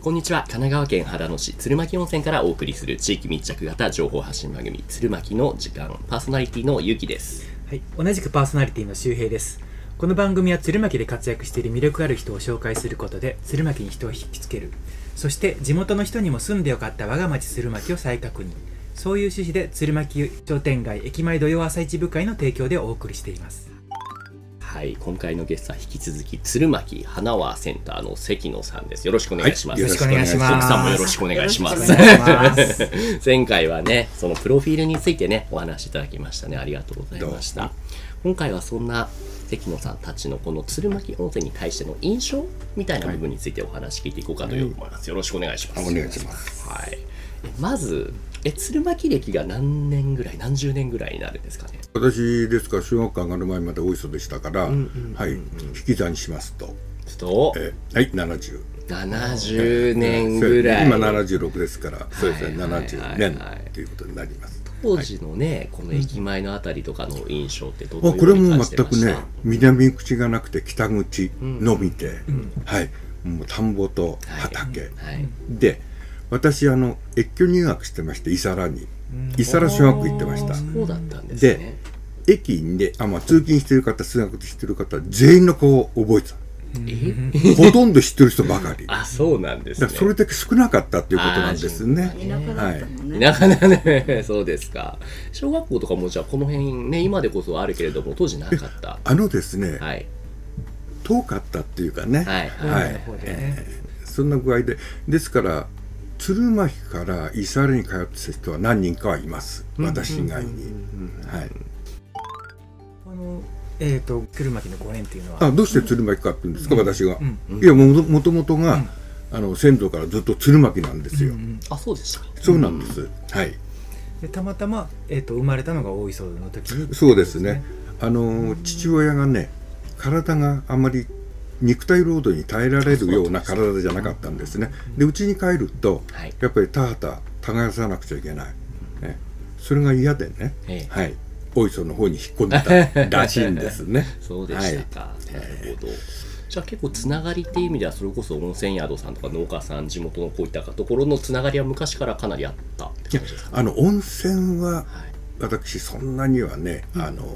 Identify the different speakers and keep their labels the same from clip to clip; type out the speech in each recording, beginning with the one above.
Speaker 1: こんにちは神奈川県秦野市鶴巻温泉からお送りする地域密着型情報発信番組鶴巻の時間パーソナリティのゆうきです
Speaker 2: はい、同じくパーソナリティの周平です。この番組は鶴巻で活躍している魅力ある人を紹介することで鶴巻に人を引きつけるそして地元の人にも住んでよかった我が町鶴巻を再確認そういう趣旨で鶴巻商店街駅前土曜朝市部会の提供でお送りしています
Speaker 1: はい今回のゲストは引き続き鶴巻花輪センターの関野さんですよろしくお願いします、
Speaker 2: よろしくお願いします
Speaker 1: 奥さんもよろしくお願いします
Speaker 2: よろしくお願いし ま す
Speaker 1: 前回はねそのプロフィールについてねお話しいただきましたねありがとうございました今回はそんな関野さんたちのこの鶴巻温泉に対しての印象みたいな部分についてお話聞いていこうかと思います、よろしくお願いします
Speaker 3: お願いします
Speaker 1: はいえまずえ鶴巻歴が何年ぐらい何十年ぐらいになるんですかね
Speaker 3: 私ですから小学校上がる前まで大磯でしたから、はい引き算しますと、
Speaker 1: ちょっと
Speaker 3: えーはい70
Speaker 1: 70年ぐらい
Speaker 3: 今76ですからそうですね、
Speaker 1: はいはいはいはい
Speaker 3: 70年ということになります
Speaker 1: 当時のねこの駅前のあたりとかの印象ってどの
Speaker 3: あ
Speaker 1: よ
Speaker 3: これ
Speaker 1: うに
Speaker 3: も
Speaker 1: 感
Speaker 3: う
Speaker 1: じて
Speaker 3: 全
Speaker 1: ま
Speaker 3: く
Speaker 1: した
Speaker 3: ね南口がなくて北口のみで、はいもう田んぼと畑、
Speaker 1: はい
Speaker 3: で私あの越居入学してまして伊佐良に伊佐良小学校行ってました
Speaker 1: そうだったんです
Speaker 3: で
Speaker 1: ね
Speaker 3: 駅であ、まあ、通勤してる方通学してる方全員の顔を覚えてた
Speaker 1: え
Speaker 3: ほとんど知ってる人 ばかり。だか
Speaker 1: あそうなんです
Speaker 3: ら
Speaker 1: ね
Speaker 3: それだけ少なかったっていうことなんです
Speaker 1: あ
Speaker 3: ね。
Speaker 1: ー
Speaker 4: 田舎だったもんね。
Speaker 1: なかなかね、そうですか。小学校とかもじゃあこの辺ね、今でこそあるけれども、当時なかった。
Speaker 3: あのですね、
Speaker 1: はい。
Speaker 3: 遠かったっていうか
Speaker 1: は
Speaker 3: ね、
Speaker 1: い。
Speaker 3: はい
Speaker 2: なるほどね
Speaker 3: そんな具合で、ですから、鶴巻から伊佐原に通ってた人は何人かはいます、私以外に。はい、
Speaker 2: このえっ、と鶴巻のご縁っていうのは
Speaker 3: あどうして鶴巻かっていうんですか、私が。
Speaker 2: うん
Speaker 3: いやもと、もともとが、あの先祖からずっと鶴巻なんですよ。
Speaker 1: あ、そうでした。
Speaker 3: そうなんです、はい
Speaker 2: でたまたま、えー、と生まれたのが大磯の時に
Speaker 3: そうですね。あの父親がね、体があまり肉体労働に耐えられるような体じゃなかったんですね。で、うちに帰ると、
Speaker 1: はい
Speaker 3: やっぱり田畑耕さなくちゃいけない。ね、それが嫌でね、
Speaker 1: ええ。
Speaker 3: はい、大磯の方に引っ込んでたらしいんです ね
Speaker 1: そうでしたか。なるほど。じゃあ結構つながりっていう意味では、それこそ温泉宿さんとか農家さん、地元のこういったところのつながりは昔からかなりあったって感じですか。
Speaker 3: あの温泉は
Speaker 1: はい
Speaker 3: 私そんなにはね、あの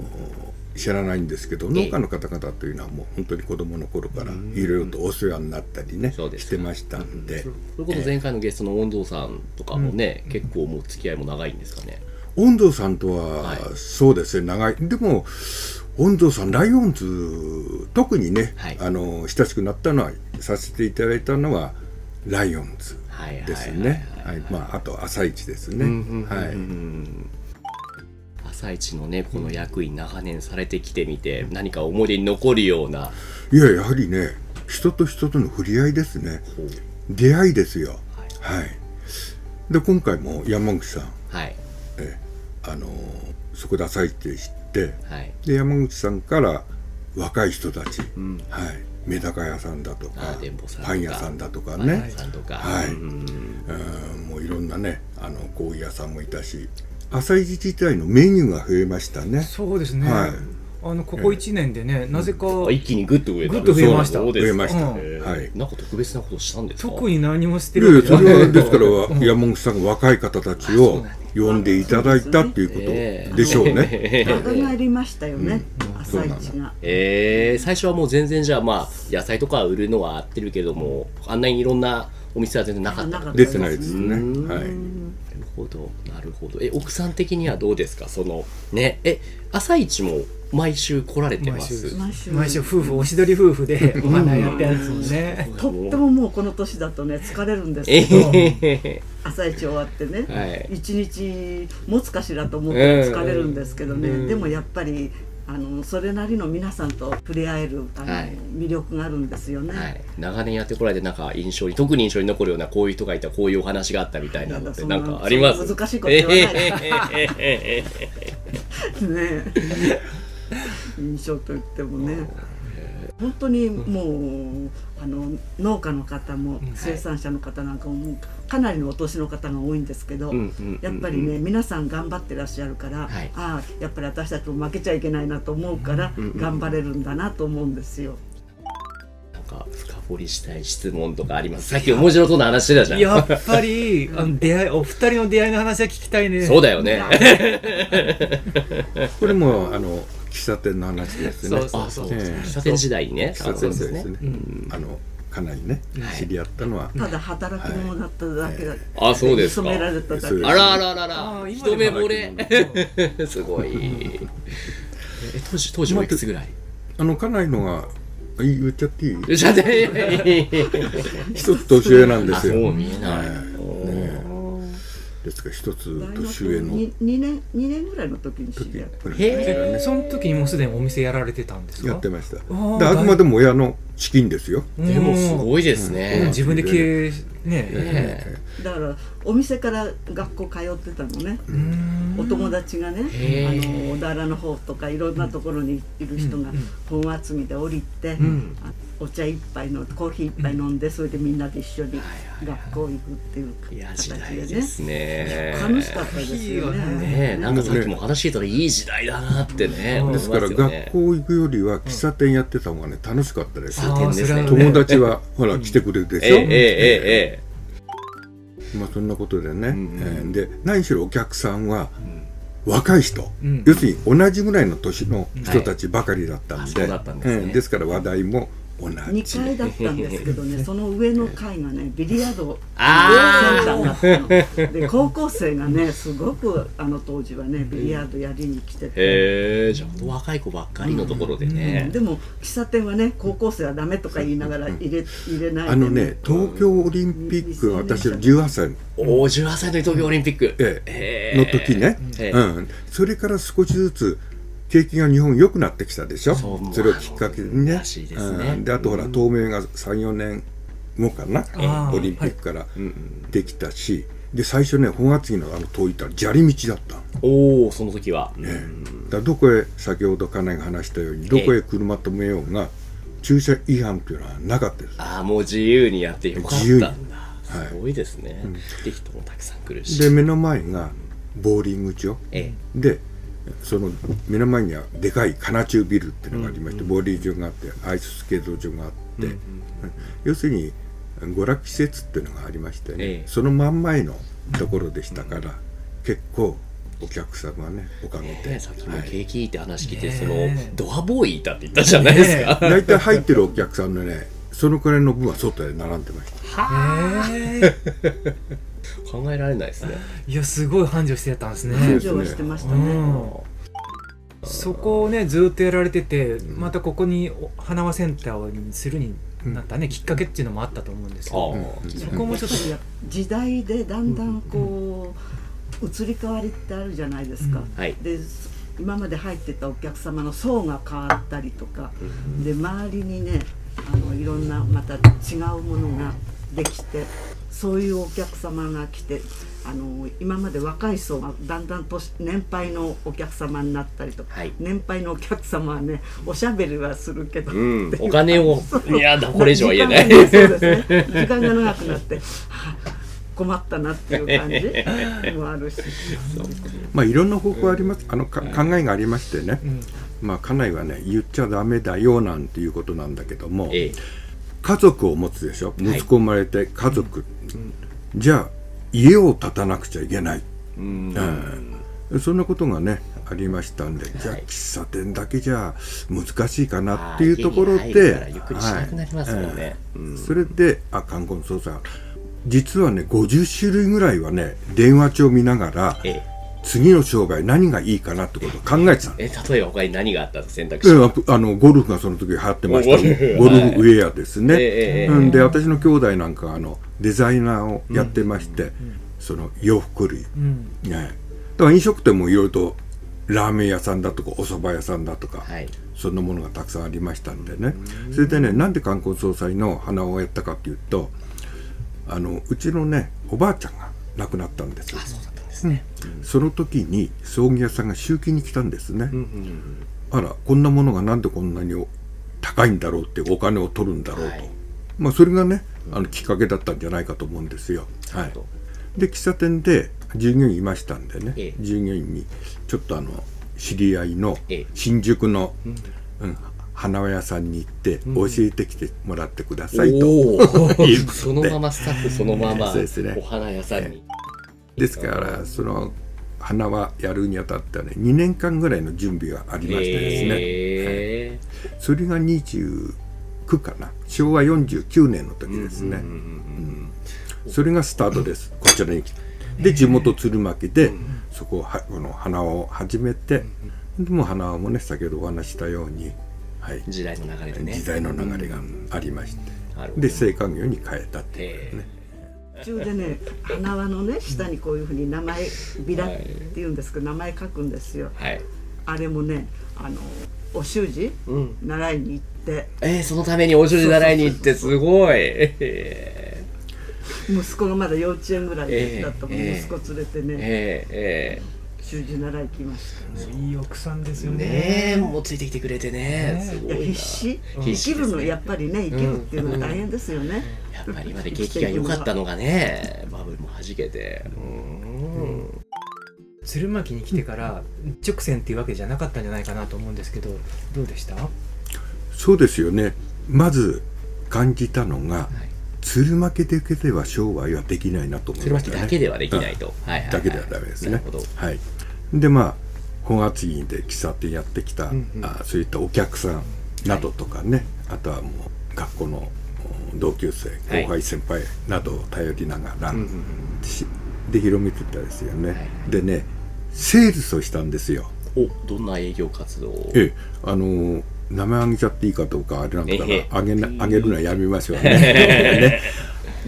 Speaker 3: 知らないんですけど
Speaker 1: ええ
Speaker 3: 農家の方々というのはもう本当に子供の頃からいろいろとお世話になったりね
Speaker 1: そうですか
Speaker 3: してましたんで
Speaker 1: それこそ前回のゲストの温藤さんとかもね、結構もう付き合いも長いんですかね。
Speaker 3: 温藤さんと
Speaker 1: は
Speaker 3: はいそうですね長いでも温藤さんライオンズ特にね、
Speaker 1: はい
Speaker 3: あの親しくなったのはさせていただいたのはライオンズ
Speaker 1: はいはいはいはい
Speaker 3: ですねはいまああと朝一ですね、はい
Speaker 1: 朝一のね、この役員長年されてきてみて、何か思い出に残るような。
Speaker 3: いややはりね人と人との触れ合いですね出会いですよはい、で今回も山口さん
Speaker 1: はい。
Speaker 3: えあのそこで朝一で知って
Speaker 1: はい。
Speaker 3: で山口さんから若い人たち、はい、メダカ屋さんだと
Speaker 1: あ
Speaker 3: か
Speaker 1: ー電報さんとか
Speaker 3: パン屋さんだとか
Speaker 1: ね、
Speaker 3: ね、
Speaker 1: さんとか。
Speaker 3: はい
Speaker 1: うん
Speaker 3: うんもういろんなねあのコーヒー屋さんもいたし朝市自体のメニューが増えましたね
Speaker 2: そうですね、
Speaker 3: はい
Speaker 2: あのここ1年でね、なぜか
Speaker 1: あ一気にグッと増えた。
Speaker 2: グッと増えました
Speaker 1: そうです
Speaker 3: 増えました
Speaker 2: うん
Speaker 1: へー
Speaker 3: はい
Speaker 1: なんか特別なことしたんですか。
Speaker 2: 特に何もして
Speaker 3: い
Speaker 2: る
Speaker 3: やいや
Speaker 2: わけじ
Speaker 3: そ
Speaker 2: ゃない
Speaker 3: れはですから山口さんが若い方たちを呼んでいただいたっていうことでしょうね。
Speaker 1: えー。
Speaker 4: 上がりましたよね。朝一が。
Speaker 1: えー最初はもう全然じゃあまあ野菜とか売るのは合ってるけども、あんなにいろんなお店は全然なかった。
Speaker 4: なか
Speaker 1: な
Speaker 4: っ
Speaker 1: る
Speaker 4: た
Speaker 3: 出てないですね。
Speaker 1: うん
Speaker 3: はい。
Speaker 1: ほど、なるほど。え奥さん的にはどうですか。そのね、え朝一も毎週来られてま
Speaker 2: 毎週
Speaker 1: す。
Speaker 4: 毎週
Speaker 2: 毎週夫婦おしどり夫婦でお花やってやつもんね
Speaker 4: とってももうこの年だとね疲れるんです
Speaker 1: え
Speaker 4: け
Speaker 1: へ
Speaker 4: ど、
Speaker 1: へ
Speaker 4: 朝一終わって
Speaker 1: はい
Speaker 4: ね、一日持つかしらと思って疲れるんですけど
Speaker 1: うん
Speaker 4: ね。でもやっぱりあのそれなりの皆さんと触れ合えるあの
Speaker 1: はい
Speaker 4: 魅力があるんですよね。
Speaker 1: はい、長年やってこられてなんか印象に特に印象に残るようなこういう人がいたこういうお話があったみたいなのって
Speaker 4: いや
Speaker 1: な
Speaker 4: だ
Speaker 1: ん
Speaker 4: から
Speaker 1: かあります
Speaker 4: そんな難しいこと言わないで
Speaker 1: えへへへへへ
Speaker 4: ね印象といってもね本当にもう、あの農家の方も生産者の方なんかももうかなりのお年の方が多いんですけど、
Speaker 1: うんうんうんうん
Speaker 4: やっぱりね皆さん頑張ってらっしゃるから、
Speaker 1: はい
Speaker 4: ああやっぱり私たちも負けちゃいけないなと思うから、頑張れるんだなと思うんですよ。
Speaker 1: なんか深掘りしたい質問とかありますさっき面白そうな話してたじゃん
Speaker 2: やっぱり、あの出会い、お二人の出会いの話は聞きたいね。
Speaker 1: そうだよね
Speaker 3: これもあの喫茶店の話ですね
Speaker 2: そうそう
Speaker 1: あそう
Speaker 3: ええ
Speaker 1: 喫茶店時代にね
Speaker 3: 喫茶店でですね
Speaker 1: うん
Speaker 3: あのかなりね
Speaker 1: はい
Speaker 3: 知り合ったのは、
Speaker 4: ただ働くものだっただけだ、
Speaker 1: あそうですか
Speaker 4: 染められただ
Speaker 3: そ
Speaker 4: け
Speaker 3: う
Speaker 1: あらあらあらあ
Speaker 2: あ
Speaker 1: ら
Speaker 2: ー
Speaker 1: 一目惚
Speaker 3: 今
Speaker 1: れ
Speaker 3: で
Speaker 1: すごいえ当時当時もいくつぐらい
Speaker 3: あの家内のが言っちゃっていい
Speaker 1: じゃね
Speaker 3: 一つ年上なんで
Speaker 1: あ
Speaker 3: す
Speaker 1: そ
Speaker 3: よ
Speaker 1: う見えない
Speaker 3: はい
Speaker 1: お
Speaker 3: ね
Speaker 1: ー
Speaker 3: ですから一つ
Speaker 4: 大
Speaker 3: 年
Speaker 4: 学
Speaker 3: 上の
Speaker 4: に二年二年ぐらいの時に知
Speaker 3: 時
Speaker 4: り合っ
Speaker 1: へ
Speaker 2: えその時にもうすでにお店やられてたんですか
Speaker 3: やってましたで
Speaker 2: ー
Speaker 3: あくまでも親の資金ですよ、
Speaker 2: うん
Speaker 1: でもすごいです
Speaker 2: うん
Speaker 1: ね
Speaker 2: 自分で経営ね
Speaker 1: ええ
Speaker 4: ただからお店から学校通ってたのね、
Speaker 2: うん
Speaker 4: お友達がね、
Speaker 1: へー
Speaker 4: あの小田原の方とかいろんなところにいる人が本集みで降りて、あお茶一杯のコーヒー一杯飲んで、それでみんなで一緒に学校行くっていう
Speaker 1: いや
Speaker 4: 形
Speaker 1: 時
Speaker 4: でね
Speaker 1: 代ですね
Speaker 4: 楽しかったですよね
Speaker 1: ねえなんかさっきも話してたらいい時代だなってね
Speaker 2: うん
Speaker 1: 思い
Speaker 3: で
Speaker 1: ますす
Speaker 3: から
Speaker 1: よね
Speaker 3: 学校行くよりは喫茶店やってた方がね楽しかったです
Speaker 1: 喫茶
Speaker 3: よ、
Speaker 1: 店ですね
Speaker 2: あーそれはね
Speaker 3: 友 達はほら来てくれるで
Speaker 1: え
Speaker 3: し
Speaker 1: え
Speaker 3: ょ、
Speaker 1: えええ
Speaker 3: まあそんなことでね、
Speaker 1: うん
Speaker 3: えーで何しろお客さんは若い人、
Speaker 2: うん
Speaker 3: 要するに同じぐらいの年の人たちばかりだったんで、
Speaker 1: はいあそうだったんですね
Speaker 3: えーですから話題も同じ
Speaker 4: 2階だったんですけど ねその上の階がねビリヤード
Speaker 1: あー
Speaker 4: のセンターだったので高校生がねすごくあの当時はねビリヤードやりに来て
Speaker 1: え
Speaker 4: て。
Speaker 1: へえじゃあほんと若い子ばっかりのところでね
Speaker 4: でも喫茶店はね高校生はダメとか言いながら入れ入れない
Speaker 3: あのね東京オリンピックは私の18歳の,、
Speaker 1: おー18歳の東京オリンピック
Speaker 3: え
Speaker 1: え
Speaker 3: えの時ね、
Speaker 1: ええ
Speaker 3: うん、それから少しずつ景気が日本良くなってきたでしょ
Speaker 1: そうもう
Speaker 3: れをきっかけにね
Speaker 1: らしいですね
Speaker 3: うんであとほら透明が34年後かな
Speaker 2: あー
Speaker 3: オリンピックからできたし、で最初ね本厚木のあの遠いったら砂利道だったの
Speaker 1: おおその時は、
Speaker 3: ねだからどこへ先ほど金井が話したようにどこへ車止めようが駐車違反というのはなかったです
Speaker 1: ああもう自由にやってよかったんだ
Speaker 3: 由にはい
Speaker 1: すごいですね、で人もたくさん来るし
Speaker 3: で目の前がボーリング場
Speaker 1: え
Speaker 3: でその目の前にはでかい金中ビルっていうのがありまして、ボーリング場があってアイススケート場があって、要するに娯楽施設っていうのがありましてね、
Speaker 1: ええ
Speaker 3: その真ん前のところでしたから、結構お客さんがねおかげ
Speaker 1: え
Speaker 3: で、
Speaker 1: ねさっきも景気いいって話聞いて、
Speaker 2: はい
Speaker 1: そ
Speaker 2: ね
Speaker 1: のドアボーイいたって言ったじゃないですか、
Speaker 3: はい、大体入ってるお客さんのねそのくらいの分は外で並んでました
Speaker 2: へえ
Speaker 1: 考えられないですね
Speaker 2: いやすごい繁盛してたんですね
Speaker 4: 繁盛はしてました
Speaker 2: う
Speaker 4: ね
Speaker 2: んそこをねずっとやられててまたここにお花輪センターにするになったね、きっかけっていうのもあったと思うんですけ
Speaker 1: あ
Speaker 2: ど
Speaker 1: あ
Speaker 4: いや
Speaker 2: そこもちょっと
Speaker 4: やぱり時代でだんだんこう移り変わりってあるじゃないですか、
Speaker 2: うん
Speaker 1: はい
Speaker 4: で今まで入ってたお客様の層が変わったりとか、で周りにねあのいろんなまた違うものができてそういうお客様が来てあの今まで若い層がだんだん年年配のお客様になったりとか、
Speaker 1: はい
Speaker 4: 年配のお客様はねおしゃべりはするけど、
Speaker 1: うんお金を
Speaker 4: そう
Speaker 1: いやだこれ以上は言えない
Speaker 4: 時間がそうですね時間が長くなって はあ困ったなっていう感じもあるし。
Speaker 3: まあいろんな方法あります、あのか考えがありましてね、まあ家内はね言っちゃダメだよなんていうことなんだけども、
Speaker 1: ええ
Speaker 3: 家族を持つでしょ
Speaker 1: い
Speaker 3: 息子生まれて家族、じゃあ家を建たなくちゃいけない、
Speaker 1: うん
Speaker 3: うんそんなことがねありましたんで、じゃあ
Speaker 1: はい
Speaker 3: 喫茶店だけじゃ難しいか
Speaker 1: あ
Speaker 3: な
Speaker 1: あ
Speaker 3: っていうところ
Speaker 1: 家に入
Speaker 3: で
Speaker 1: るからゆっくりしなくなりますもんね
Speaker 3: はい
Speaker 1: うん
Speaker 3: それであ観光捜査実はね50種類ぐらいはね電話帳見ながら
Speaker 1: ええ
Speaker 3: 次の商売何がいいかなってことを考えてたの
Speaker 1: え例えば他に何があったと選択肢、
Speaker 3: ええあとあのゴルフがその時流行ってました
Speaker 1: ゴルフ
Speaker 3: ゴルフウェアですね、
Speaker 1: ええええ
Speaker 3: うん、で私の兄弟なんかはあのデザイナーをやってまして、その洋服類、
Speaker 2: うん
Speaker 3: ね、だから飲食店もいろいろとラーメン屋さんだとかお蕎麦屋さんだとか、
Speaker 1: はい
Speaker 3: そんなものがたくさんありましたんでねそれでねなんで観光総裁の花をやったかっていうとあのうちのねおばあちゃんが亡くなったんですよ
Speaker 1: そうだったんですね、
Speaker 3: その時に葬儀屋さんが集金に来たんですね、
Speaker 1: うんうん
Speaker 3: あらこんなものがなんでこんなに高いんだろうってお金を取るんだろうと、
Speaker 1: はい
Speaker 3: まあ、それがねあのきっかけだったんじゃないかと思うんですよ。
Speaker 1: うん
Speaker 3: はい、で喫茶店で従業員いましたんでね、
Speaker 1: ええ
Speaker 3: 従業員にちょっとあの知り合いの
Speaker 1: ええ
Speaker 3: 新宿の、うん花屋さんに行って
Speaker 2: ん
Speaker 3: 教えてきてもらってくださいと、
Speaker 1: お
Speaker 3: という
Speaker 1: ー
Speaker 3: ことで
Speaker 1: そのままスタッフそのまま
Speaker 3: そうですね
Speaker 1: お花屋さんに。
Speaker 3: ですからその花はやるにあたってはね2年間ぐらいの準備がありましてですね、
Speaker 1: え
Speaker 3: それが29かな昭和49年の時
Speaker 1: ー
Speaker 3: ですね、
Speaker 1: うんうん
Speaker 3: それがスタートですこちらに来てで地元鶴巻でそこをはこの花輪を始めてでもう花輪もね先ほどお話ししたように、はい
Speaker 1: うん、時代の流れでね。
Speaker 3: 時代の流れがありまして、
Speaker 1: なるほど
Speaker 3: で青函業に変えたっていう
Speaker 1: え
Speaker 4: 途中でね花輪のね下にこういうふうに名前ビラって言うんですけど名前書くんですよ
Speaker 1: ーはい。
Speaker 4: あれもねあのお習字
Speaker 1: うん。
Speaker 4: 習いに行って
Speaker 1: えー、そのためにお習字習いに行ってすごい。え
Speaker 4: 息子がまだ幼稚園ぐらいだったもん、
Speaker 1: ええ
Speaker 4: 息子連れて
Speaker 1: ー、
Speaker 4: ね
Speaker 1: え
Speaker 4: 習字習い行きました
Speaker 2: いい奥さんで
Speaker 1: ー、
Speaker 2: すよね
Speaker 1: ねえ、もうついてきてくれてね。
Speaker 2: ね
Speaker 1: す
Speaker 4: い
Speaker 1: ごい
Speaker 4: や
Speaker 1: な。
Speaker 4: 必死
Speaker 1: 必
Speaker 4: 生
Speaker 1: 死
Speaker 4: き
Speaker 1: ですね
Speaker 4: るのやっぱりね生きるっていうのは大変ですよね、
Speaker 1: やっぱり今で景気が良かったのがね、バブルも弾けて。うん。
Speaker 2: 鶴巻に来てから一直線っていうわけじゃなかったんじゃないかなと思うんですけどどうでした
Speaker 3: そうですよねまず感じたのが鶴巻だけでは商売はできないなと思い
Speaker 1: 鶴
Speaker 3: まし
Speaker 1: 巻
Speaker 3: たね
Speaker 1: だけではできないと。はいはいはい
Speaker 3: だけではダメですね
Speaker 1: なるほど。
Speaker 3: はい、でまあ本厚木で喫茶店やってきた、
Speaker 2: んうん
Speaker 3: あそういったお客さんなどとかね、あとはもう学校のお同級生
Speaker 1: はい
Speaker 3: 後輩先輩などを頼りながら、
Speaker 1: うんうんうん
Speaker 3: しで広めてったですよね、
Speaker 1: はい
Speaker 3: でねセールスをしたんですよ、
Speaker 1: おどんな営業活動を
Speaker 3: ええあのー名前あげちゃっていいかどうかあれなんだから、
Speaker 1: ええ
Speaker 3: あげなあげるのはやめますよね ね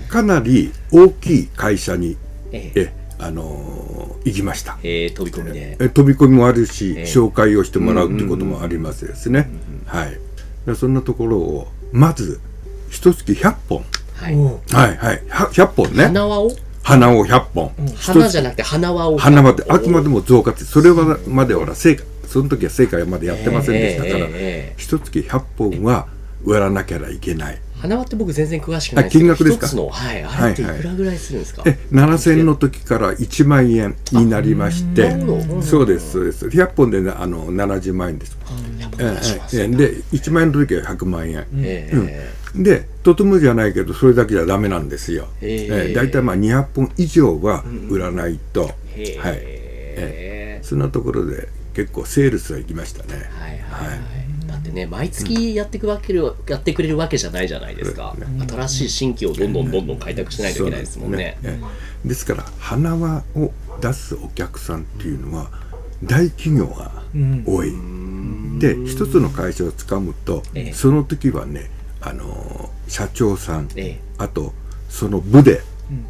Speaker 3: かなり大きい会社に、
Speaker 1: ええ
Speaker 3: えあのー行きました
Speaker 1: えー飛び込みで、
Speaker 3: え飛び込みもあるし、
Speaker 1: ええ
Speaker 3: 紹介をしてもらうってこともありますですね、はいでそんなところをまず一月100本
Speaker 1: はい
Speaker 2: おう
Speaker 3: はいはいは100本ね
Speaker 1: 花輪を
Speaker 3: 花を100本、
Speaker 1: 花じゃなくて花輪を
Speaker 3: 花まであくまでも増加ってそれはまではほら成果その時は成果までやってませんでした
Speaker 1: え
Speaker 3: から、
Speaker 1: ええええ
Speaker 3: 一月100本は売らなきゃいけない
Speaker 1: え花輪って僕全然詳しくないんですけど
Speaker 3: あ金額ですか
Speaker 1: 一つのはいあれってい
Speaker 3: はいはい
Speaker 1: くらぐらいするんですか、
Speaker 3: え7000の時から1万円になりまして
Speaker 1: なるほど
Speaker 3: そうですそうです100本でねあの70万円です
Speaker 1: やっぱ
Speaker 3: ええ
Speaker 1: りします
Speaker 3: ええで1万円の時は100万円、
Speaker 1: ええ
Speaker 3: でとてもじゃないけどそれだけじゃダメなんですよ、
Speaker 1: ええ
Speaker 3: ええ大体まあ200本以上は売らないと、
Speaker 1: へ
Speaker 3: はい、
Speaker 1: え
Speaker 3: そんなところで結構セールスは行きましたね
Speaker 1: はいはいはいだってね毎月やってくわける、やってくれるわけじゃないじゃないですか、
Speaker 3: そう
Speaker 1: 新しい新規をどんどんどんどん開拓しないといけないですもんね
Speaker 3: そうなんですねええですから花輪を出すお客さんっていうのは大企業が
Speaker 2: うん
Speaker 3: 多い、で一つの会社をつかむと、
Speaker 1: ええ
Speaker 3: その時はねあのー社長さん、
Speaker 1: ええ
Speaker 3: あとその部で
Speaker 2: うん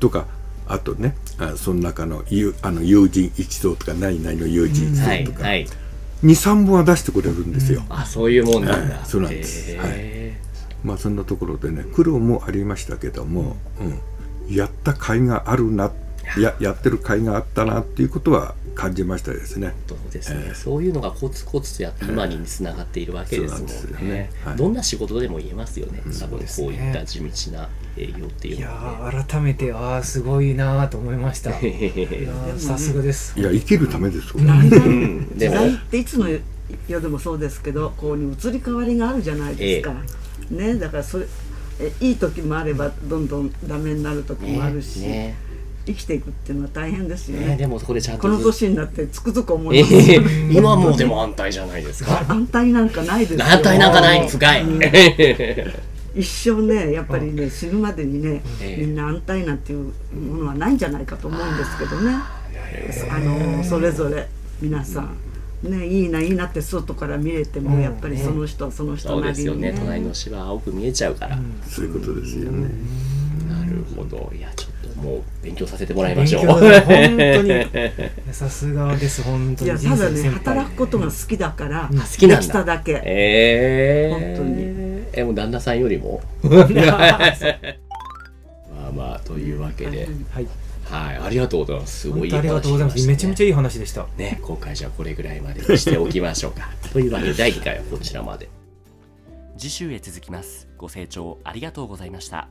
Speaker 3: とかあとねあその中の友あの友人一同とか何々の友人一
Speaker 1: は
Speaker 3: 同
Speaker 1: い
Speaker 3: とか、
Speaker 1: はい
Speaker 3: 23本は出してくれるんですよ、
Speaker 1: あそういうもんなんだ、
Speaker 3: ええそうなんです
Speaker 1: へえ
Speaker 3: まあそんなところでね苦労もありましたけども、うん、やった甲斐があるなややってる甲斐があったなっていうことは感じましたですね。
Speaker 1: そうですね、そういうのがコツコツとやって今につながっているわけですもんね,、
Speaker 3: そうなんですよねはい
Speaker 1: どんな仕事でも言えますよね、多分こ
Speaker 2: です
Speaker 1: う
Speaker 2: ね
Speaker 1: いった地道な営業っていう
Speaker 2: い
Speaker 1: の
Speaker 2: や
Speaker 1: は、
Speaker 2: ー改めてああすごいなーと思いましたいや
Speaker 1: ね、
Speaker 2: ーさすがです
Speaker 3: いや生きるためですよ、
Speaker 4: 時代
Speaker 1: んでも
Speaker 4: 時代っていつの世でもそうですけどこうに移り変わりがあるじゃないですか、ねだからそれえいい時もあればどんどんダメになる時もあるし、
Speaker 1: ね
Speaker 4: 生きていくっていうのは大変ですよね
Speaker 1: ねでもそこでちゃんと
Speaker 4: この年になってつくづく思
Speaker 1: え
Speaker 4: います、
Speaker 1: え今もうでも安泰じゃないですか
Speaker 4: 安泰なんかないですよ
Speaker 1: 安泰なんかないんですかい、
Speaker 4: 一生ねやっぱりね死ぬまでにね、
Speaker 1: ええ
Speaker 4: みんな安泰なんていうものはないんじゃないかと思うんですけどね、あのそれぞれ皆さん、ねいいないいなって外から見れても、やっぱりその人はその
Speaker 1: そ
Speaker 4: 人
Speaker 1: う
Speaker 4: な
Speaker 1: で
Speaker 4: り
Speaker 1: すよ
Speaker 4: に
Speaker 1: ね隣の芝は青く見えちゃうから、
Speaker 3: そういうことですよね。
Speaker 1: なるほどいやちょっともう勉強させてもらいましょう
Speaker 2: 勉強だ本 当にさすがです本当
Speaker 4: い
Speaker 2: に
Speaker 4: や
Speaker 2: 人
Speaker 4: ただ
Speaker 2: 生
Speaker 4: ね
Speaker 2: 先輩
Speaker 4: 働くことが好きだから、
Speaker 1: 好きなんだ
Speaker 4: できただけ、
Speaker 1: え え
Speaker 4: 本当
Speaker 1: にえもう旦那さんより もまあまあというわけで、
Speaker 2: はい
Speaker 1: はい、ありがとうございますすご
Speaker 2: 本
Speaker 1: いいい
Speaker 2: 当ありがとうございます、めちゃめちゃ
Speaker 1: ゃ
Speaker 2: いい話でした
Speaker 1: ね今回じゃあこれぐらいまでにしておきましょうか というわけで第2回はこちらまで次週へ続きますご清聴ありがとうございました